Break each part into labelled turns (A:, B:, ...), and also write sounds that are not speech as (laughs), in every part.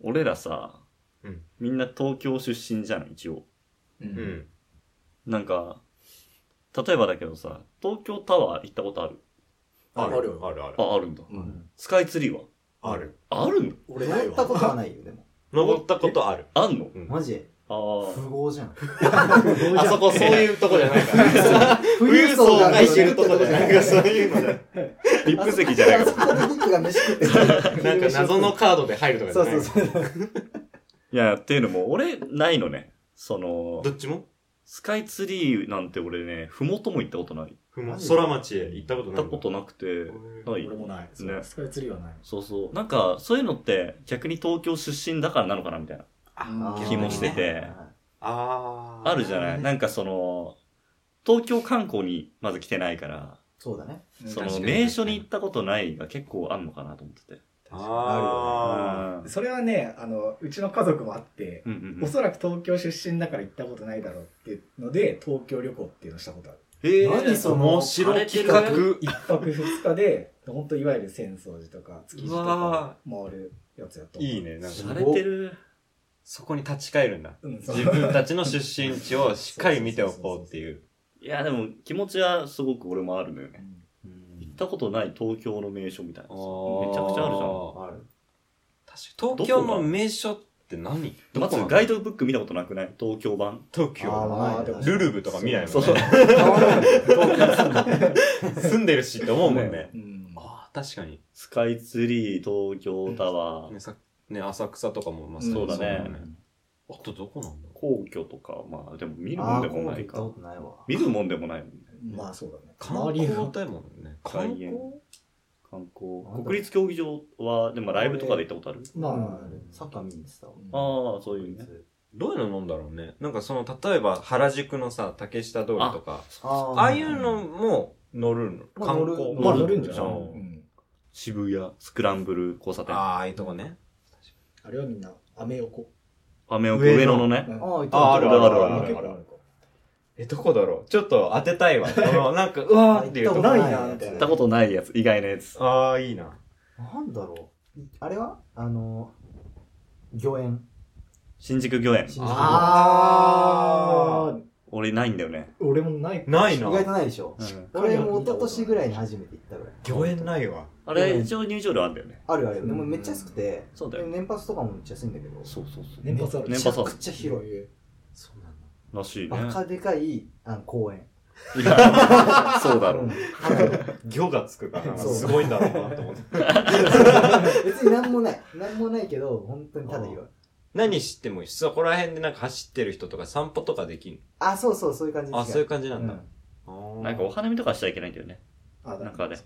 A: 俺らさ、
B: うん
A: みんな東京出身じゃん、一応。
C: う。
B: うんん。
A: なんか、例えばだけどさ、東京タワー行ったことある
C: ある
B: あるあるある。
A: あ、あるんだ。
C: うん。
A: スカイツリーは
B: ある。
A: あるの
C: 俺な
D: 俺
C: い
D: 乗った
C: わ。
D: ことはないよ、でも。
B: 登ったことある。
A: あんの
B: うん
D: マジ
A: あ
D: 富豪じゃん。
B: あそこそういうとこじゃない (laughs) から。富裕層が行けるとこじゃないから、そういうのじゃない
A: あ。リップ席じゃない
D: あ
A: か
D: そ
A: ら。
D: こでニックが飯食ってる
B: なんか謎の。カードで入るとかじ
D: そ
B: ゃ
D: う
B: ない
D: そうそう。
A: いや、っていうのも、俺、ないのね。その
B: ど、っちも
A: スカイツリーなんて俺ね、ふもとも行ったことない。
B: ふも
D: マジ
B: 空町へ行ったこと
A: 行っ
B: ない
A: たことなくて、ない
C: 俺。もない。
A: ね
C: スカイツリーはない。
A: そうそう。なんか、そういうのって、逆に東京出身だからなのかな、みたいな。
B: あ
A: (laughs)
B: ー
A: 気もしてて
B: あー
A: あるじゃないなんかその、東京観光にまず来てないから、
D: そうだね。
A: その名所に行ったことないが結構あんのかなと思ってて。
B: あ
A: うん
C: それはね、あの、うちの家族もあって、
A: うんうんう
C: お
A: ん。
C: そらく東京出身だから行ったことないだろうっていうので、東京旅行っていうのをしたことある。
A: え
D: ー
B: ー
D: 何その
B: 面白い企画
A: 荒れ
C: 一泊二日で、ほんといわゆる浅草寺とか築地と
B: うわ
C: か回るやつやと思う。
B: いいねなんか
A: されてる。
B: そこに立ち返るんだ
C: うん、そう
B: 自分たちの出身地をしっかり見ておこうっていう
A: いや、でも気持ちはすごく俺もあるのよね。行
B: め
A: ったことない東京の名所みたいなさ。めちゃくちゃあるじゃん。
D: ある。
B: 確かに東京の名所って
A: ま
B: 何
A: ず
B: どこなの
A: ガイドブック見たことなくない東京版。
B: 東
D: あ
B: 京
C: あーでも
B: ルルブとか見ないもんね住んでるしって思うもん
C: (laughs)
B: ね
C: うん。
B: ああ確かに
A: スカイツリー、東京タワー、
B: ねさね浅草とかもまあ
C: うん
A: そうだね
B: あとどこなんだ
A: 皇居とか、まあでも見るも
D: あ
A: んで
D: ー、こ
A: も
D: う
A: ない
D: 行った
A: か
D: こ。とないわ。
A: 見るもんでもないもんね。
C: まあそうだね。
B: 観
C: 周り
B: 光
C: の
B: だもんね
A: 外
B: 観
A: 苑
B: 光
A: 観光。国立競技場は、でもライブとかで行ったことある
D: まあ、サッカー見に行ってたわ。
A: ああ、そういうね。
B: どういうのなんだろうねなんかその例えば原宿のさ竹下通りとか
D: あー
B: ああいうのも乗るの
D: まあ
B: 観
D: 乗る
B: 光
C: まあ乗るんじゃない、
A: う
C: うん、
A: 渋谷、スクランブル交差
B: あ
A: 点。
B: あああいうとこね
C: あれはみんな、アメ横。
A: アメ横
B: 上野
A: 上野のね。
C: うん
D: あー行った
B: ああるあるある
C: あ
B: あ
C: 結
B: るあ
C: 構
B: る
C: あるか。
B: えどこだろうちょっと当てたいわあのなんかうわーっていうとこ
D: 行った
C: な
D: ないい
C: な
D: な
C: み
D: み
C: たい
D: た
A: 行っ
C: な
D: いな。
A: たことないやつ、意外なやつ。
B: ああいいな
D: なんだろう。あれはあの、御苑。
A: 新宿御苑。
D: 新宿
B: あ
C: あ
A: 俺ないんだよね。
C: ー、俺もない。
B: ない
D: 意
B: な
D: 外とないでしょ。俺も一昨年ぐらいに初めて行ったぐらい。
B: 御苑ないわ
A: あれ、一応入場料あんだよね。
D: あるある。でもめっちゃ安くて、
A: そうだ
D: で
A: よ
D: も
A: ね。
D: 年パスとかもめっちゃ安いんだけど。
A: そうそうそう。
C: 年パスある。
A: 年パスあ
D: め
A: る
D: ちゃくちゃ広い。
C: い。
D: そうな
A: らしいね。
D: バカでかいあの公園。
A: (laughs) いやそうだろ
D: うん
A: う。
B: 魚がつくから
D: そう
B: すごいんだろうなと思って
D: 別になんもない。なんもないけど、本当にただ広い。
B: (laughs) 何知ってもいいしそこら辺でなんか走ってる人とか散歩とかできん
D: あ、そうそう、そういう感じ
B: あそういう感じな
D: なんんだ
B: だ。
A: なんかお花見とかしちゃいけないんだよね。
C: あ
A: なんかね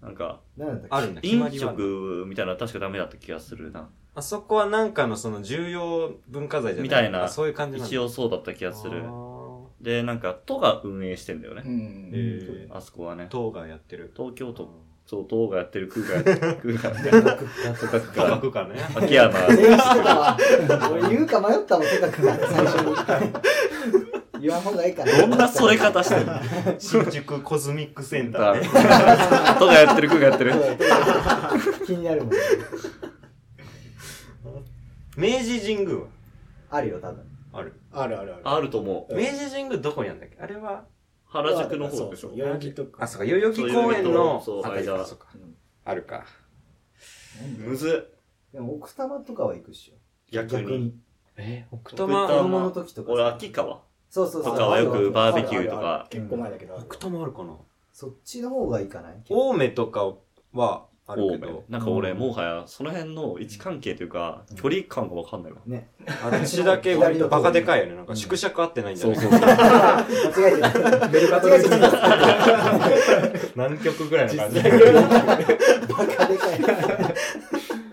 A: なんか、
D: 何だったっけ
B: あるんだ決ま
A: 飲
B: りはある
A: 食みたいなの確かダメだった気がするな。
B: あそこはなんかのその重要文化財じゃない
A: みたいな
B: あそういう感じなんだ
A: 一応そうだった気がする
B: あ。ー
A: で、なんか、都が運営してんだよ
C: う
A: ね。
C: ん。
B: えー
A: あそこはね。
B: 党がやってる
A: 東京都、
B: と
A: そう、都がやってる空間、空間みた
D: (laughs)
A: いな。都学
B: 科
A: か
B: 学か
A: (laughs)
B: ね
A: 秋山。
D: 全員知ってたわ。
A: (laughs)
D: 俺言うか迷ったもん、とにかく最初
A: (laughs)
D: に。言わん方がいいかな。
A: どんな添え方してんの
B: 新宿コズミックセン
A: (laughs)
B: ターね
A: 都がやってる空間やってる。
D: 気になるもん。
B: 明治神宮は
D: あるよ、多分。
B: ある
C: あるあるある。
A: あると思う。
C: うん
B: 明治神宮どこにあるんだっけあれは
A: 原宿の方でしょ
C: そうそう。代々木とか。
B: あそうか代々木公園の
A: そう
B: あたりか
A: 間
B: そうか
C: うん
B: あるか
A: むずっ。
D: でも、奥多摩とかは行くっしょ。
A: 逆に。。
B: え奥多
A: 多
B: 摩
A: 摩
D: 子供の時とかさ。
A: 俺、秋川
D: そうそう
A: と
D: そう。
A: かはよくバーベキューと
C: あるあるあ
A: か
C: る。結構前だけど。
B: 奥多摩あるかな
D: そっちの方がいいかない
B: 青梅とかはあ
A: 青
B: るけ
A: 梅
B: ど。
A: なんか俺、もはや、その辺の位置関係というか、距離感がわかんないわ。
D: ね。
B: あっちだけ割とバカでかいよねなんか縮尺合ってないんじゃない
A: そうそう。
D: 間違え
A: (laughs)
D: てる。
C: メルカトルーズ。
B: 南極ぐらいの感じ
D: バカでかい。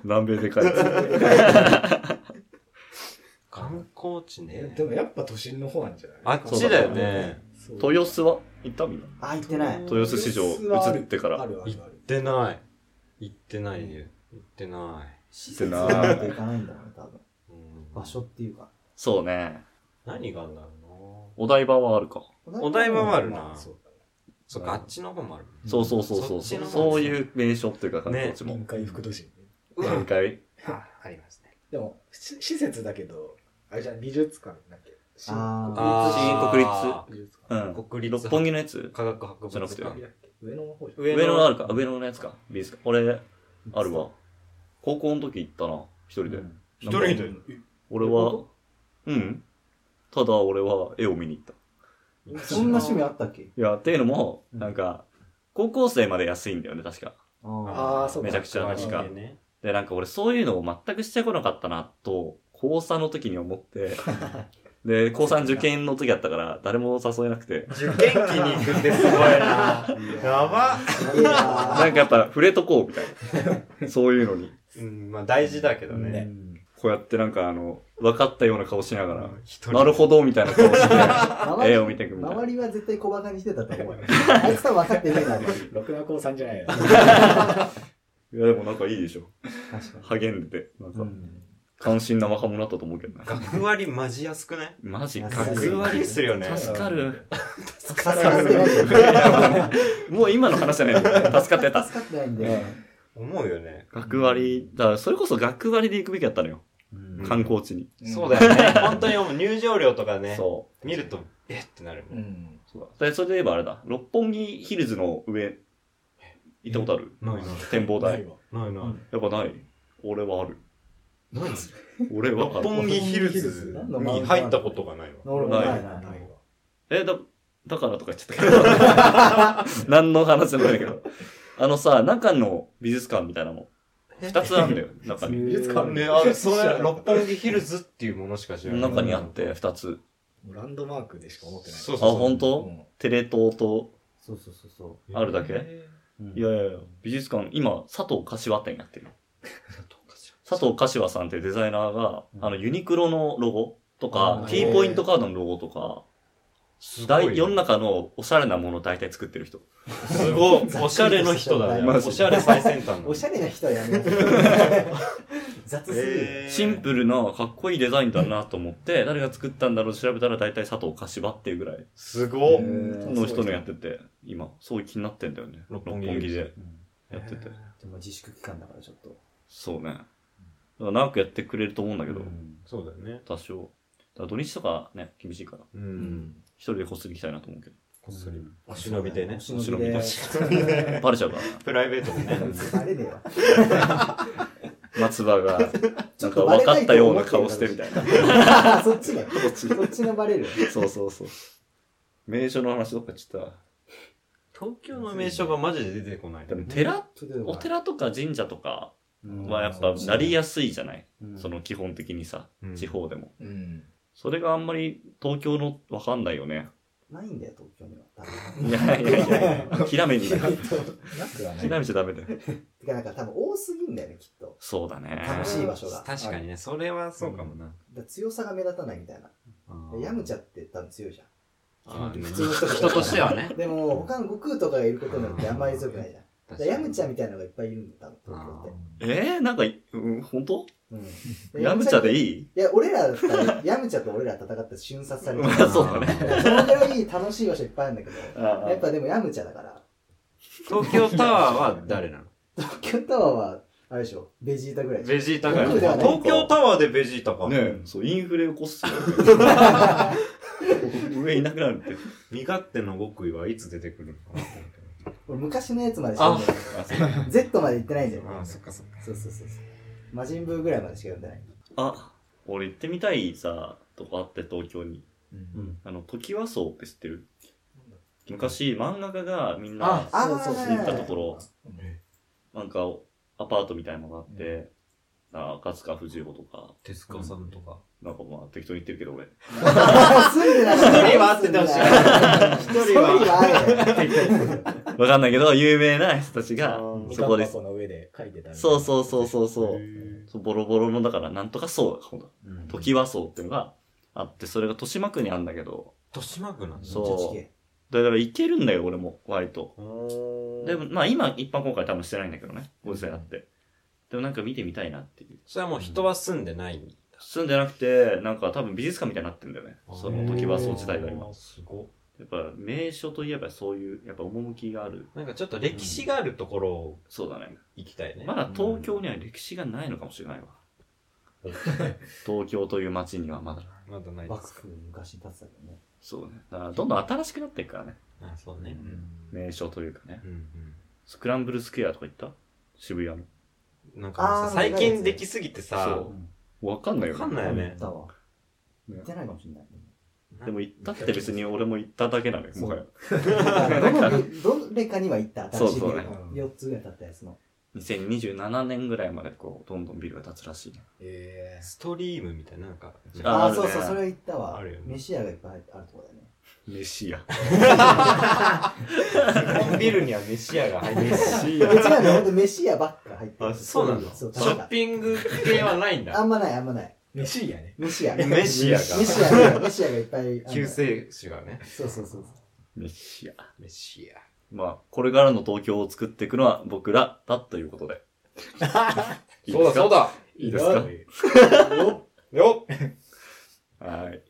A: 南米でかいやつ。
B: 観光地ね
C: でもやっぱ都心の方なんじゃない
B: あっちだよね
C: そう
A: (laughs) 豊洲は行ったみんな。
D: あ、行ってない。
A: 豊洲市場移ってから
C: あるあるある。
B: 行ってない行ってないね行ってない
D: 施設がないと行かないんだろうね、多分。
B: うん
D: 場所っていうか。
A: そうね。
B: 何があるんだろう
A: お台場はあるか。
B: お台場はあるな
C: まあそう
B: なそっかあっちの方もある
A: そうそうそうそう。
B: そっち
A: そ
B: の
A: う
B: 方
A: いう名所っていうか、観光地も
C: 臨。海副都心。
A: 何回
B: あありますね
C: でもし施設だけどあれじゃん美術館だっけ新
D: あー
B: あー
A: 国立
C: 美術館
A: うん。
B: 国立
A: 六本木のやつ
B: 科学博物
A: じゃな
B: 館
A: く。
C: 上野の方じゃん
B: 上
A: 上野のあるか上野のやつか。美術館。俺、あるわ。高校の時行ったな。一人で。
B: 一人で
A: 俺は、うん。ただ俺は絵を見に行った。
D: そんな趣味あったっけ
A: いや、っていうのも、なんか、高校生まで安いんだよね、確か。
C: ああそうか
A: めちゃくちゃ確か
B: ね。
A: で、なんか俺そういうのを全くしてこなかったな、と、高3の時に思って、で、高3受験の時だったから、誰も誘えなくて、
B: 受験期に行くってすごいな。やば
D: いや
A: なんかやっぱ触れとこう、みたいな。そういうのに。
B: うん、まあ大事だけどね。
A: こうやってなんかあの、分かったような顔しながら、
B: 一人
A: なるほど、みたいな顔して、
D: ー
A: 絵を見ていくみたいな
D: 周。りは絶対小馬鹿にしてたと思うよ。あいつ多分分かってねえな、
C: ろくな高三じゃないよ
A: いや、でもなんかいいでしょ。
D: 確か
A: 励んでて、なん
D: に。う
A: か、
D: ん
A: 関心な若者だったと思うけどな。
B: 学割マジ安くない
A: マジか。
D: 安い
B: 学割するよね。
A: 助かる。 (laughs)
D: 助かってないよ。
A: もう今の話じゃねえんだよ助かってた。
D: 助かってないんだよ。
B: 思うよね。
A: 学割、だからそれこそ学割で行くべきだったのよ。
B: うん
A: 観光地に。
B: そうだよね。本当にもう入場料とかね、
A: そう。
B: 見ると、えってなる。
C: うん
A: そうだ。でそれで言えばあれだ。六本木ヒルズの上、行ったことある
B: ないない。
A: 展望
C: な
A: 台
C: い。わ
B: ないない。
A: やっぱない俺はある。
B: 何
A: 俺はあ
B: 六
A: る。
B: 本木ヒルズに入ったことがないわ。
D: 俺もない
C: な
D: ないい。
C: わ
A: え、だ、だからとか言っちゃったけど。 (laughs) 何の話でもないんだけど。あのさ、中の美術館みたいなの。二つあるんだよ、中
B: (laughs)
A: に。
C: 美術館
B: ね、あ、それ、六本木ヒルズっていうものしか知らない。
A: 中にあって、二つ。
C: もうランドマークでしか思ってない
B: そう
A: あ、
B: そうそう。
A: 本当
C: うん
A: テレ東と。
D: そうそうそうそ
A: あるだけ
B: え
D: う。
A: いやいやいや、美術館、今、佐藤柏店やってる。
B: ーどうかし
A: 佐藤柏さんっていうデザイナーが、あの、ユニクロのロゴとか
C: あ、ー
A: T ポイントカードのロゴとか、
B: ごいね
A: 大世の中のおしゃれなものを大体作ってる人。
B: らすごい。おしゃれの人だ
A: (laughs)
B: ね。
A: マジ
B: おしゃれ最先端
D: う。おしゃれな人はやめよう。 (laughs) 雑すぎる。
A: シンプ
B: ル。
A: ルなかっこいいデザインだなと思って、 (laughs) 誰が作ったんだろう調べたら大体佐藤柏っていうぐらい
B: すご
C: へ
B: っ。
C: ー
A: の人のやってて、今、そういう気になってんだよね。
B: 六
A: 六
B: 本
A: 本
B: 木
A: 木で
D: うん
A: やってて。
D: でも自粛期間だからちょっと。
A: そうね。だから長くやってくれると思うんだけど
D: う、ん
B: そうだよね。
A: 多少。だから土日とかね、厳しいから、
B: う。
C: うんん
A: 一人でこっそり行きたいなと思うけど。
B: こっそり。お忍びでね
D: お。忍びで。
A: (laughs) バレちゃうからな。
B: プライベートでね。
D: バレねえわ。
A: 松葉が、
D: ち
A: な
D: ょ
A: んか
D: っとバレ
A: 分か
D: た
A: っ
D: い
A: た
D: と
A: よう
D: 思
A: な
D: ってる
A: 顔してみたいな。
D: あー (laughs) そっちね。そっちのバレる。
A: そうそうそう。名所の話どっかちょっと
B: 東京の名所がマジで出てこない。
A: でも寺、お
D: お
A: 寺とか神社とか
D: うん
A: はやっぱなりやすいじゃない、
D: うん
A: その基本的にさ、
B: うん
A: 地方でも。
C: うん
A: それがあんまり東京のわかんないよね。
D: ないんだよ、東京には。多分
A: いやいやいや、
D: (laughs)
A: 諦めに、
C: なくはない
A: 諦めちゃダメだよ。
D: てか、なんか多分多すぎんだよね、きっと。
A: そうだね。
D: 楽しい場所が
B: 確かにね、それはそうかもな。
D: だから強さが目立たないみたいな。でヤムチャって多分強いじゃん。
B: あーね
D: 普通の人
B: 人としてはね。
D: (laughs) でも、他の悟空とかがいることによってあんまり強くないじゃん。だからヤムチャみたいなのがいっぱいいるんだよ、多分、東京って。
A: えー、なんか、うん、本当
D: うん
A: ヤムチャで
D: い
A: いい
D: いや、俺らだったら、ヤムチャと俺ら戦って瞬殺されて
A: まあ (laughs) そうだね。
D: そのぐらい楽しい場所いっぱいあるんだけど、
A: あ
D: やっぱでもヤムチャだから、
B: 東京タワーは誰なの
D: 東京タワーは、あれでしょ、ベジータぐらいでしょ。
B: ベジータが。
D: 僕ではない
B: 東京タワーでベジータか。
A: ねえ、そう、インフレ起こす (laughs) よ上いなくなるって。
B: 身勝手の極意はいつ出てくるのかなと思って
D: 俺昔のやつまでしか読んで
A: あそう
D: ない。Z まで行ってないんだよ。
B: あーそっかそっか。
D: そうそうそうそう。魔人ブーぐらいまでしか読んでない。
A: あ、俺行ってみたいさ、とこあって東京に。
C: うん
A: あの、時和荘って知ってる昔、漫画家がみん
C: あ
A: な、
D: あ
A: そう
D: ー
A: そうそう行ったところ、
B: え
A: なんか、アパートみたいなのがあって、あ赤塚不二夫とか、
B: 手塚さんとか。
A: なんかまあ適当に言ってるけど俺。
D: 住んでない。一
B: 人は会っててほしい
D: 一人は会え
A: わかんないけど、有名な人たちが
B: あー、
A: そこで
C: みかん、箱の上で書いてた
A: そうそうそう
C: う
A: そうそう。そうボロボロの、だから、なんとか荘だ、ほんと。時和荘っていうのがあって、それが豊島区にあるんだけど、
B: 豊島区なんだ。
A: そう
D: そう。
A: だから行けるんだよ、俺も、割と。
B: おー
A: でも、、まあ今、一般公開多分してないんだけどね、ご時世あって。でもなんか見てみたいなっていう。
B: それはもう人は住んでないんだ。
A: 住んでなくて、なんか多分美術館みたいになってんだよね。その時はそう時代が今。
B: あー。すごい
A: やっぱ名所といえばそういう、やっぱ趣がある。
B: なんかちょっと歴史があるところを
A: そうだね。
B: 行きたいね。
A: まだ東京には歴史がないのかもしれないわ。東京という街にはまだ。
B: まだないで
D: 幕
B: すか
D: 府昔立つだけどね。
A: そうね。だからどんどん新しくなっていくからね。
B: あそうね
A: 名所というかね。
B: うんうん
A: スクランブルスクエアとか行った渋谷
B: なんかさ
D: あー
B: 最近できすぎてさ
A: その。わかんないよ、ね。
B: わかんないよね
D: だわ。
A: ね
D: 行ってないかもしれない。
A: でも行ったって別に俺も行っただけなのよ、もはや。
D: だからどのどれかには行った、新しいビル
A: そう
C: そうね
D: 4つぐらい経ったやつの。
A: 2027年ぐらいまでこう、どんどんビルが建つらしいね。
C: え
B: ストリームみたいななんか
A: あ
D: ああ
A: る
D: ー、
A: ね
D: そうそう、それは行ったわ。
B: あるよね
D: 飯屋がいっぱい入ってあるとこだよね。
A: メシア。
B: ビルには飯屋が入ってる
A: シ
D: うちらね、ほんと飯屋ばっか入って
B: あそうなのシ
D: そ
B: ョ
D: う、確
B: ッ
D: か。
B: ピング系はないん
D: あ
B: だ
D: んまない、あんまない。
C: ー、飯やね。
D: 飯屋。
B: 飯屋が
D: 飯屋が、飯屋がいっぱいある。
B: 救世主がね
D: そうそうそう。
A: メシア。
B: 飯屋
A: まあ、これからの東京を作っていくのは僕らだということ
B: (laughs)
A: で。いいですか
B: だ
A: いいですか
B: よっ
A: はい。